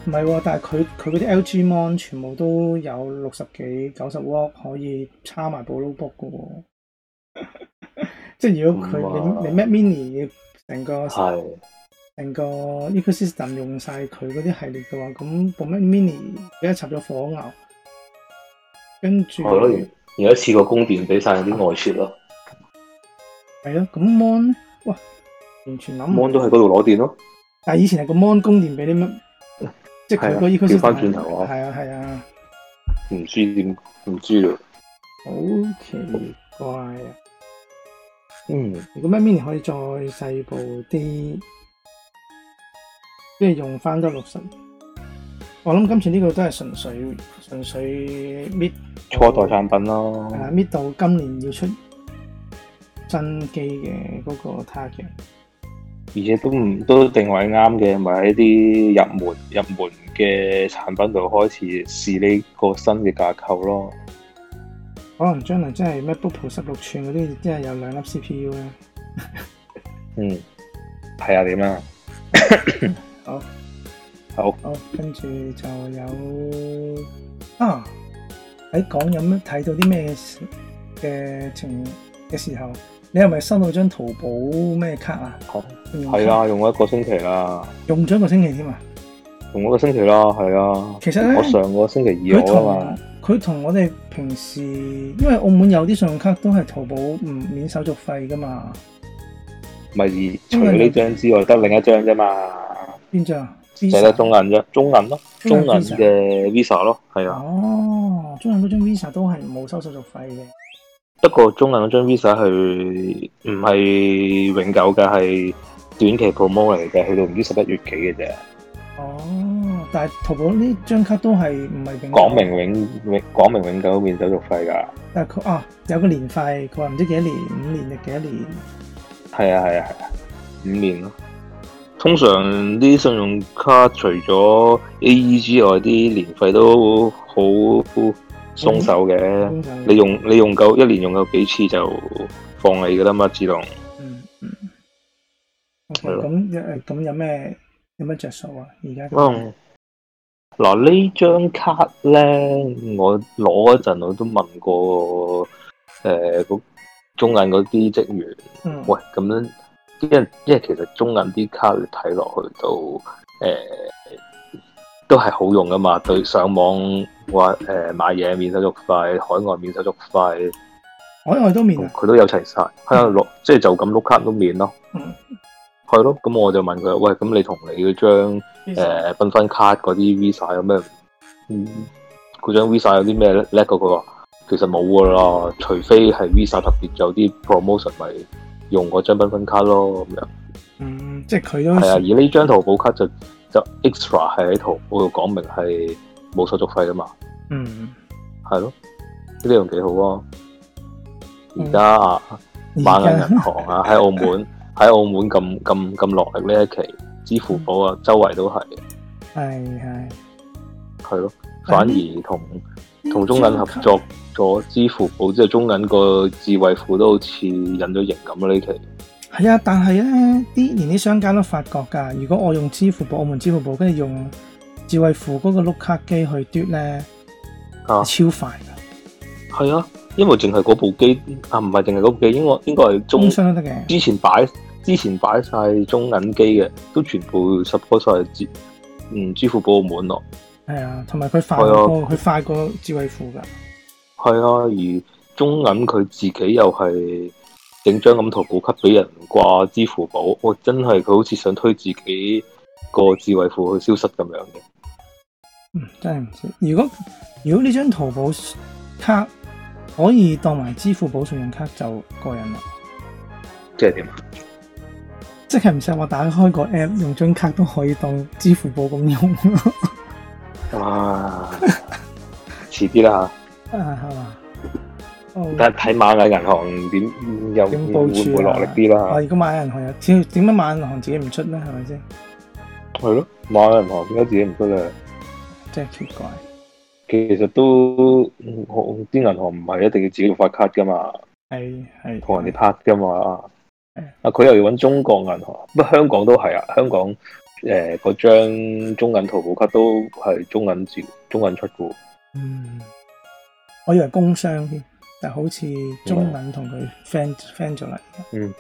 B: 唔係喎，但係佢佢嗰啲 LG mon 全部都有六十幾九十 w 可以插埋部 notebook 嘅喎， 即係如果佢
C: 哇嗯
B: 你你 Mac Mini 要成個
C: 係
B: 成個 ecosystem 用晒佢嗰啲系列嘅話，咁部 Mac Mini 而家插咗火牛，跟住
C: 係咯，而而家一次過供電俾晒啲外設咯
B: 係咯，咁 Mon 咧，哇，完全諗唔
C: ，mon 都喺嗰度攞電咯。
B: 但係以前係個 mon 供電俾你乜，即係佢個
C: 係啊
B: ecosystem
C: 調返轉頭啊
B: 係啊係啊，
C: 唔知點，唔知啦。
B: 好奇怪啊！
C: 嗯，
B: 如果 Mac Mini 可以再細部啲，即係用翻得六十，我諗今次呢個都係純粹純粹搣
C: 初代產品咯
B: 係，啦，啊搣到今年要出新機嘅嗰個 target。
C: 而且都唔都定位啱嘅，咪喺啲入門入門嘅產品度開始試呢個新嘅架構咯。
B: 可能將來真係 MacBook Pro 十六寸嗰啲，真係有兩粒 CPU 咧。
C: 嗯，睇下點啊啦。
B: 好，
C: 好，
B: 好，哦跟住就有啊喺講有咩睇到啲咩事嘅情嘅時候，你係咪收到張淘寶咩卡啊？
C: 好
B: 信用卡
C: 係，啊，用咗一個星期啦，
B: 用咗一個星期添啊！
C: 用咗一個星期啦，係啊。
B: 其實呢
C: 我上個星期二
B: 佢
C: 我啊嘛
B: 同，佢同我哋平時，因為澳門有啲信用卡都係淘寶唔免手續費噶嘛，
C: 咪而除咗呢張之外，得另一張啫嘛，
B: 邊張啊
C: 就係得中銀啫，中銀咯，中銀
B: Visa
C: 嘅 Visa 咯，係啊。
B: 哦，中銀嗰張 Visa 都係冇收手續費嘅。
C: 不過中銀嗰張 Visa 係唔係永久嘅，係短期 promo 嚟嘅，去到唔知十一月幾嘅啫。
B: 哦，但係淘寶呢張卡都係唔係永久
C: 講明永永講明永久免手續費㗎。
B: 但係佢啊有個年費，佢話唔知幾多年，五年定幾多年，
C: 係啊係啊係啊，五年咯。通常啲信用卡除咗 AE 之外，啲年費都好鬆手嘅。
B: 通常
C: 你用你用夠一年用夠幾次就放你㗎啦嘛，自動。
B: 嗯嗯，OK，
C: 係咯
B: 咁有咁有咩有咩着數啊？而家
C: 嗯，嗱呢張卡咧，我攞嗰陣我都問過誒嗰、中銀嗰啲職員，
B: 嗯
C: 喂咁樣，因為因為其實中銀啲卡你睇落去都誒、都係好用噶嘛，對上網話誒、買嘢免手續費，海外免手續費，
B: 海外都免啊，
C: 佢都有齊晒，係啊攞即係就咁碌卡都免咯
B: 嗯，
C: 係咯，咁我就問佢，喂咁你同你嗰張。誒、繽紛呃卡嗰啲 Visa 有咩？嗯嗰張 Visa 有啲咩叻過佢話？其實冇噶啦，除非係 Visa 特別有啲 promotion 咪用嗰張繽紛卡咯咁樣。
B: 嗯，即係佢都
C: 係啊，而呢張淘寶卡就就 extra 係喺淘寶度講明係冇手續費噶嘛，
B: 嗯，
C: 係咯，呢樣幾好啊！而家啊，
B: 而
C: 馬
B: 嗯家
C: 銀銀行啊，喺澳門喺澳門咁咁咁落力呢一期，支付寶
B: 嗯
C: 啊，周圍都係，
B: 係係
C: 係咯，
B: 但
C: 反
B: 係呢
C: 而同。
B: 嗯
C: 同中銀合作咗支付寶之後，中銀個智慧庫都好似引咗型咁啊！呢期
B: 係啊，但係咧啲連啲商家都發覺㗎。如果我用支付寶，澳門支付寶，跟住用智慧付嗰個碌卡機去嘟咧，
C: 啊
B: 超快㗎，
C: 係啊，因為淨係嗰部機啊，唔係淨係嗰部機，應該應該係中
B: 工商都得嘅。
C: 之前擺之前擺晒中銀機嘅，都全部 support 晒支嗯支付寶澳門咯。
B: 係啊，同埋佢快
C: 係啊
B: 過佢快過智慧付㗎。
C: 係啊，而中銀佢自己又係整張咁淘寶卡俾人掛支付寶，我真係佢好似想推自己個智慧庫去消失咁樣嘅。
B: 嗯，真係唔知。如果如果呢張淘寶卡可以當埋支付寶信用卡就過癮啦，
C: 即係點啊？
B: 即係唔使話打開個 app 用張卡都可以當支付寶咁用 啊
C: 哇！遲啲啦
B: 啊，係嘛？哦
C: 嚇，睇睇馬嘅銀行點有
B: 點部署啊
C: 會唔會落力啲啦
B: 哦，如果買銀行又點點解買銀行自己唔出咧？係咪先？
C: 嚇？係咯，馬嘅銀行點解自己唔出咧？
B: 真係奇怪。
C: 其實都嗯好啲銀行唔係一定要自己用發卡噶嘛，
B: 係係
C: 同人哋拍噶嘛
B: 嗯。
C: 啊，佢又要揾中國銀行，不過香港都係啊，香港誒嗰張中銀淘寶卡都係中銀自中銀出嘅喎。
B: 嗯，我以為工商添，但好似中銀同佢 friend friend 咗嚟嘅。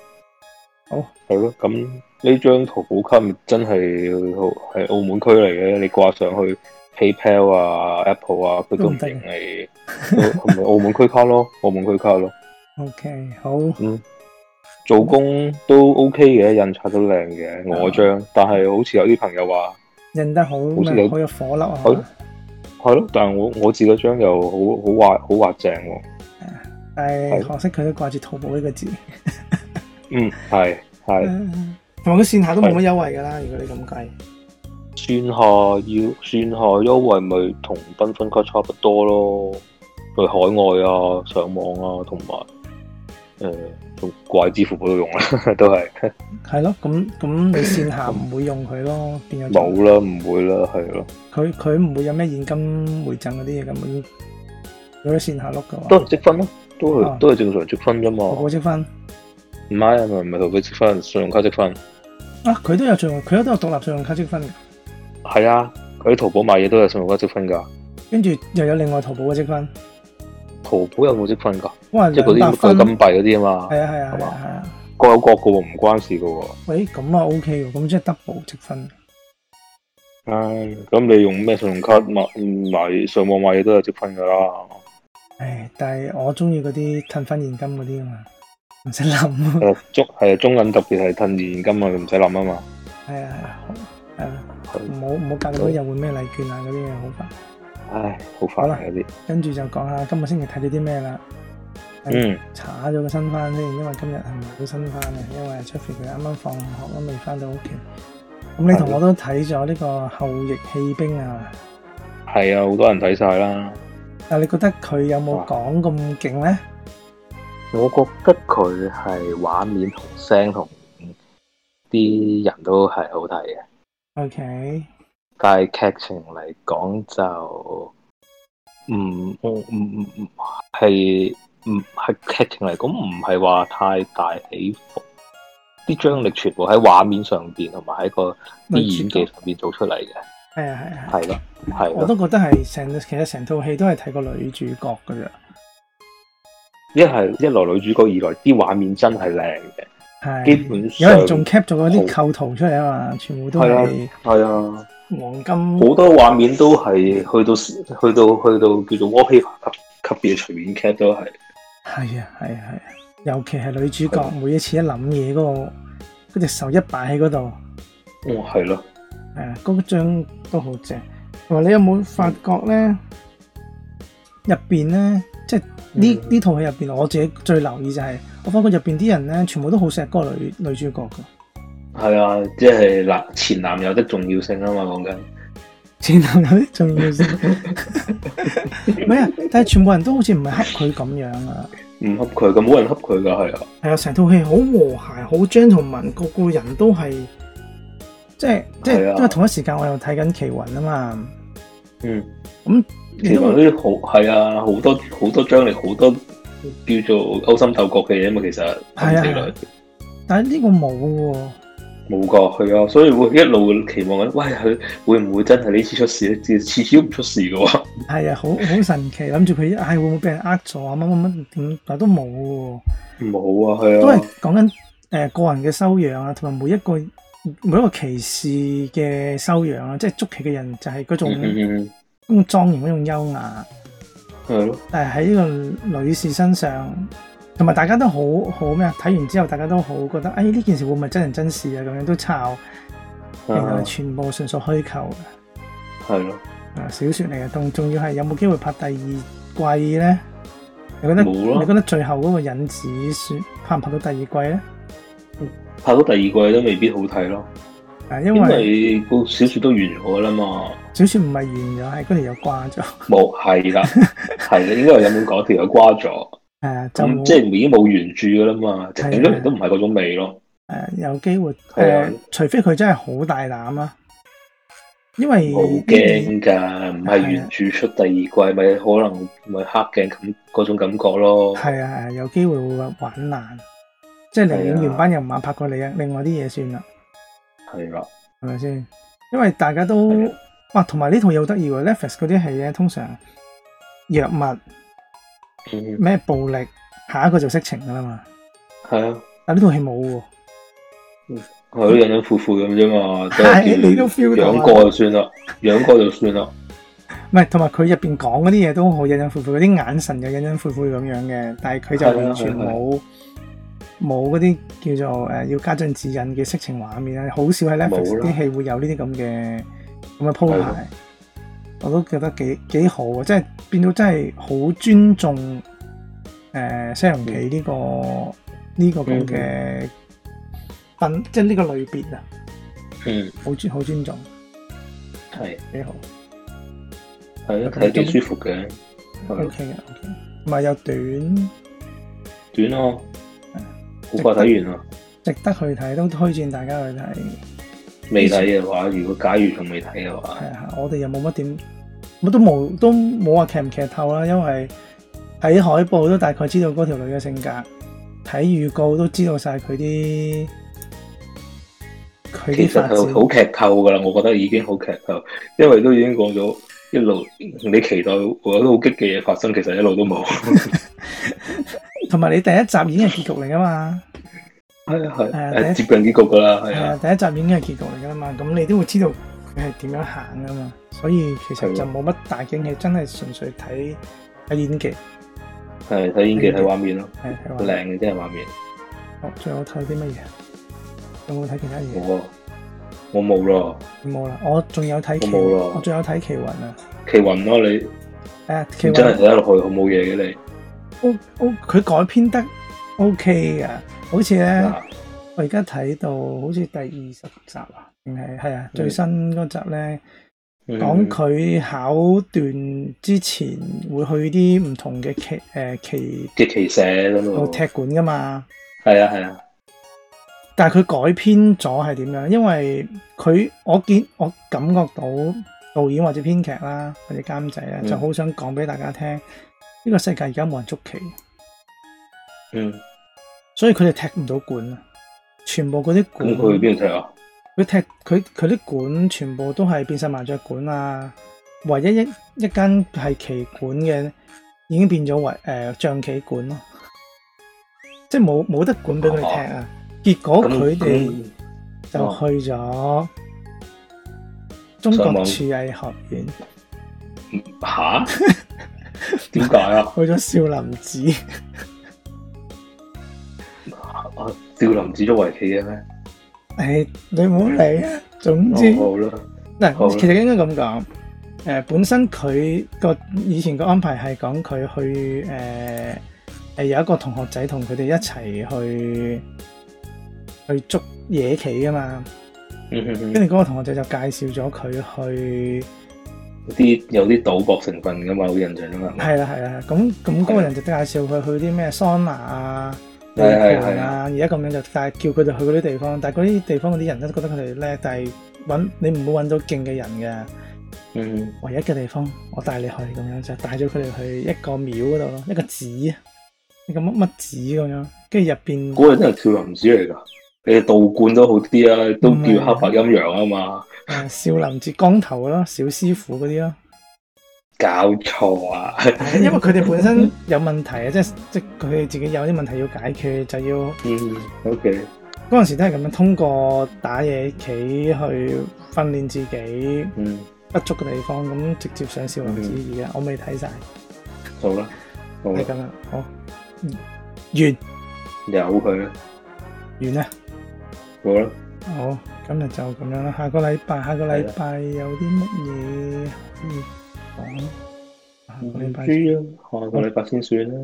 C: 係咯，咁呢張淘寶卡咪真係係澳門區嚟嘅，你掛上去 PayPal 啊、Apple 啊，佢都唔認你，咪澳門區卡咯，澳門區卡咯，
B: OK，好，
C: 做工都 OK 嘅，印刷都靚嘅，我張，但係好似有啲朋友話
B: 印得好咩？
C: 似有
B: 好有火粒啊！
C: 好係咯，但係我我自己張又好好滑好滑正喎，
B: 但係
C: 係
B: 可惜佢都掛住淘寶呢個字，
C: 嗯係 係。
B: 同埋佢線下都冇乜優惠㗎啦。如果你咁計，
C: 線下要線下優惠咪同缤紛卡差不多咯，去海外啊、上網啊，同呃埋誒仲怪支付寶都用啦， 都係
B: 係咯，咁咁你線下唔會用佢咯，變咗就
C: 冇啦，唔會啦，係咯。
B: 佢佢唔會有咩現金回贈嗰啲嘢咁，已經如果線下碌嘅
C: 都
B: 話，
C: 係積分咯，都係、
B: 啊
C: 都係正常積分啫
B: 淘寶
C: 嘛。
B: 積分
C: 唔係啊，唔係唔係淘寶積分，信用卡積分。
B: 啊，佢都有信用，佢都有獨立信用卡積分嘅，
C: 係啊，佢喺淘寶買嘢都有信用卡積分㗎。
B: 跟住又有另外淘寶嘅積分，
C: 淘寶有冇積分㗎？
B: 哇，
C: 即係嗰
B: 兩百
C: 啲
B: 分，
C: 嗰啲
B: 係
C: 金幣嗰啲啊嘛，
B: 啊係啊
C: 係
B: 係
C: 嘛
B: 啊係啊，
C: 各有各嘅喎，唔關事嘅喎。
B: 喂，咁啊 OK 喎，咁即係 double 積分，
C: 唉，咁你用咩信用卡買買上網買嘢都有積分噶啦，
B: 唉，但係我中意嗰啲褪翻現金嗰啲啊嘛，唔使諗，
C: 係啊中係啊中銀特別係褪現金啊，你唔使諗啊嘛。
B: 係啊係啊，係啊，唔好唔好搞咁多又換咩禮券啊嗰啲嘢好煩。
C: 唉，好
B: 好
C: 煩
B: 啦
C: 啊嗰啲。
B: 跟住就講下今個星期睇咗啲咩啦。
C: 嗯，
B: 查咗個新番先，因為今日係唔好新番嘅，因為 Jeffrey 佢啱啱放學都未翻到屋企。咁你同我都睇咗呢個《後翼棄兵》啊，
C: 係啊，好多人睇晒啦。
B: 但你覺得佢有冇講咁勁呢？
D: 我覺得佢係畫面同聲同啲人都係好睇嘅，
B: OK，
D: 但係劇情嚟講就唔我唔唔唔係唔係劇情嚟講唔係話太大起伏，啲張力全部喺畫面上邊同埋喺個啲
B: 女主
D: 演
B: 角
D: 技上邊做出嚟嘅，
B: 係啊係啊，係啊
D: 係咯係
B: 我
D: 咯，
B: 都覺得係成其實成套戲都係睇個女主角㗎啫。
C: 一係一來女主角，二來啲畫面真係靚嘅，
B: 係，
C: 基本
B: 有
C: 上
B: 人仲 cap 咗嗰啲構圖出嚟啊嘛，全部都係
C: 係啊，
B: 黃金
C: 好多畫面都係去到去到去到叫做 wallpaper 級級別隨便 cap 都
B: 係
C: 係。
B: 啊，係啊，係啊，尤其係女主角每一次一諗嘢嗰個嗰隻手一擺喺嗰度，
C: 嗯，係咯，
B: 係啊，嗰張都好正。同埋你有冇發覺咧？入邊咧，即係呢呢套戲入邊，我自己最留意就係、我發覺入邊啲人咧，全部都好錫嗰個女女主角㗎。
C: 係啊，即係男前男友的重要性啊嘛，講緊。
B: 前男友啲重 要性，唔係啊！但係全部人都好似唔係恰佢咁樣啊。
C: 唔恰佢嘅，冇人恰佢噶，係啊，
B: 係啊，成套戲好和諧，好 gentleman，個個人都係即係即
C: 係
B: 係，
C: 啊
B: 因為同一時間我又睇緊奇雲啊嘛，
C: 嗯，
B: 你
C: 其實
B: 都會
C: 呢啲好係啊，好多好多張力，好多叫做勾心鬥角嘅嘢啊嘛，其實
B: 係啊
C: 咁
B: 係啊但係呢個冇喎，
C: 冇噶，係啊，所以會一路期望緊，喂佢會唔會真係呢次出事咧？次次次都唔出事嘅喎，
B: 係啊，好好神奇，諗住佢唉會唔會俾人呃咗啊乜乜乜點，但係都冇喎，
C: 冇啊，係
B: 都係
C: 啊，
B: 講緊誒個人嘅修養啊，同埋每一個每一個騎士嘅修養啊，即係捉棋嘅人就係嗰種
C: 嗯嗯嗯
B: 嗰種莊嚴嗰種優雅。
C: 嗯，係咯，
B: 但係喺呢個女士身上，同埋大家都好好咩啊？睇完之後，大家都好覺得，哎呢件事會唔會真人真事啊？咁樣都抄，原來
C: 啊
B: 全部純屬虛構嘅
C: 係咯，
B: 啊小説嚟嘅，仲仲要係有冇機會拍第二季呢？你覺得
C: 冇咯
B: 你覺得最後嗰個引子算拍唔拍到第二季呢？
C: 拍到第二季都未必好睇咯，
B: 啊，因
C: 因
B: 為
C: 為個小説都完咗啦嘛，
B: 小説唔係完咗，係嗰條友掛咗，
C: 冇係啦，係啦，應該係有冇講條友瓜咗，
B: 係啊就啊
C: 咁
B: 冇
C: 嗯即係已經冇原著噶啦嘛，整出嚟都唔係嗰種味咯。
B: 誒、啊有機會誒、
C: 係啊
B: 除非佢真係好大膽啦、因為
C: 好驚啊㗎，唔係
B: 係啊
C: 原著出第二季，咪可能咪黑鏡咁嗰種感覺咯。
B: 係啊，係啊有機會會玩爛，即係寧願
C: 係啊
B: 原班人馬拍過你啊，另外啲嘢算啦，
C: 係啦，
B: 係咪先？因為大家都
C: 係啊
B: 哇，同埋呢套又好得意喎，Netflix 嗰啲戲咧，通常藥物
C: 嗯，
B: 咩暴力，下一個就色情噶啦嘛，
C: 係啊，
B: 但呢套戲冇喎，
C: 係咯，隱隱褲褲咁啫嘛，即
B: 係 你都
C: 係
B: feel 到
C: 養
B: 啊
C: 過就算啦，養過就算啦。
B: 唔係，同埋佢入邊講嗰啲嘢都好隱隱晦晦，嗰啲眼神就隱隱晦晦咁樣嘅，但係佢就完全
C: 係啊係啊
B: 冇冇嗰啲叫做誒、呃要家長指引嘅色情畫面啊，好少喺 Netflix
C: 冇啦
B: 啲戲會有呢啲咁嘅咁嘅鋪
C: 係
B: 排，我都覺得幾幾好啊！即係變到真係好尊重誒、呃西洋
C: 嗯
B: 棋呢、個呢、個咁嘅品，即係呢個類別啊，
C: 嗯，
B: 好尊好尊重，
C: 係
B: 幾好。
C: 係啊，睇幾舒服嘅，係
B: O
C: 咯
B: K 嘅，O K，同埋又短。
C: 短咯，好快睇完啦。啊
B: 值得去睇，都推薦大家去睇。
C: 未睇嘅話，如果假如仲未睇嘅話，
B: 係啊，我哋又冇乜點，我都冇都冇話劇唔劇透啦，因為睇海報都大概知道嗰條女嘅性格，睇預告都知道晒佢啲佢
C: 其
B: 啲
C: 實
B: 發
C: 係
B: 展。
C: 好劇透㗎啦，我覺得已經好劇透，因為都已經講咗一路你期待我都好激嘅嘢發生，其實一路都冇。
B: 同埋你第一集已經係結局嚟噶嘛？
C: 係 啊係
B: 係啊
C: 啊，
B: 第一
C: 誒接近結局㗎啦，係
B: 係
C: 啊
B: 啊，，第一集已經係結局嚟噶啦嘛，咁你都會知道佢係點樣行噶嘛，所以其實
C: 係
B: 就
C: 啊
B: 冇乜大驚喜，真係純粹睇睇演技，
C: 係啊睇演技
B: 啊
C: 睇畫面咯，
B: 係睇畫
C: 靚
B: 面
C: 嘅真係畫面。
B: 好，最好睇啲乜嘢？有冇睇其他嘢？
C: 我我冇咯，
B: 冇啦，我仲有睇
C: 我
B: 奇，
C: 冇啦
B: 我仲有睇奇雲啊！
C: 奇雲咯你，
B: 誒，奇
C: 你真係睇
B: 雲
C: 得落去好冇嘢嘅你。
B: O O，佢改編得 O K 嘅，好似咧，
C: 嗱，
B: 我而家睇到好似第二十集啊，定係係
C: 嗯
B: 啊，最新嗰集咧，講佢考段之前會去啲唔同嘅棋誒棋
C: 嘅奇社咁
B: 度
C: 咯，
B: 哦踢館噶嘛。
C: 係啊係啊，
B: 但係佢改編咗係點樣？因為佢我見我感覺到導演或者編劇啦，或者監製咧，
C: 嗯
B: 就好想講俾大家聽，呢、個世界而家冇人捉棋，
C: 嗯，
B: 哦所以佢哋踢唔到館啊！全部嗰啲館，
C: 咁佢去邊度踢啊？
B: 佢踢佢佢啲館全部都係變晒麻雀館啊！唯一一一間係棋館嘅，已經變咗為誒、呃象棋館咯，即係冇冇得館俾佢哋踢啊！結果
C: 哦咁
B: 佢哋。
C: 咁
B: 就去咗中國廚藝學院，
C: 吓？ 點解啊？
B: 去咗少林寺，
C: 啊少林寺捉圍棋嘅咩？
B: 唉，你唔好理啊。總之，
C: 哦好啦，
B: 嗱、
C: 好啦
B: 其實應該咁講，誒、本身佢個以前個安排係講佢去誒誒、係有一個同學仔同佢哋一齊去去捉野棋噶嘛，
C: 嗯
B: 跟
C: 嗯嗯，
B: 住嗰個同學仔就介紹咗佢去。
C: 有啲有啲賭博成分噶嘛，好印象噶嘛，
B: 係啦係啦，係咁咁嗰個人就介紹佢去啲咩桑拿啊、地
C: 係係
B: 盤啊，而家咁樣就但係叫佢哋去嗰啲地方，但係嗰啲地方嗰啲人都覺得佢哋叻，但係揾你唔會揾到勁嘅人嘅。
C: 嗯，
B: 唯一嘅地方，我帶你去咁樣就帶咗佢哋去一個廟嗰度咯，一個寺啊，一個乜乜寺咁樣，跟住入邊
C: 嗰個真係少林寺嚟噶。你哋道觀都好啲啊，都叫黑白陰陽啊嘛，
B: 誒少林寺光頭咯，小師傅嗰啲 咯。
C: 搞錯啊！
B: 係因為佢哋本身有問題啊，即係即係佢哋自己有啲問題要解決，就要
C: 嗯，OK，
B: 嗰陣時都係咁樣，通過打野棋去訓練自己
C: 嗯，
B: 不足嘅地方，咁直接上少林寺而家，我未睇晒，
C: 好啦，好啦
B: 係，咁啦，好，嗯完
C: 由佢啦，
B: 完啦，
C: 好啦，
B: 好，今日就咁樣啦，下個禮拜，下個禮拜有啲乜嘢可以講？下
C: 唔
B: 個禮拜
C: 知啊，下個禮拜先算啦，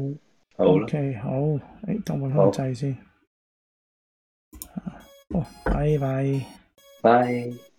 C: 好啦，
B: ，OK，好，誒，等我搵個掣先，好，拜拜。
C: 拜。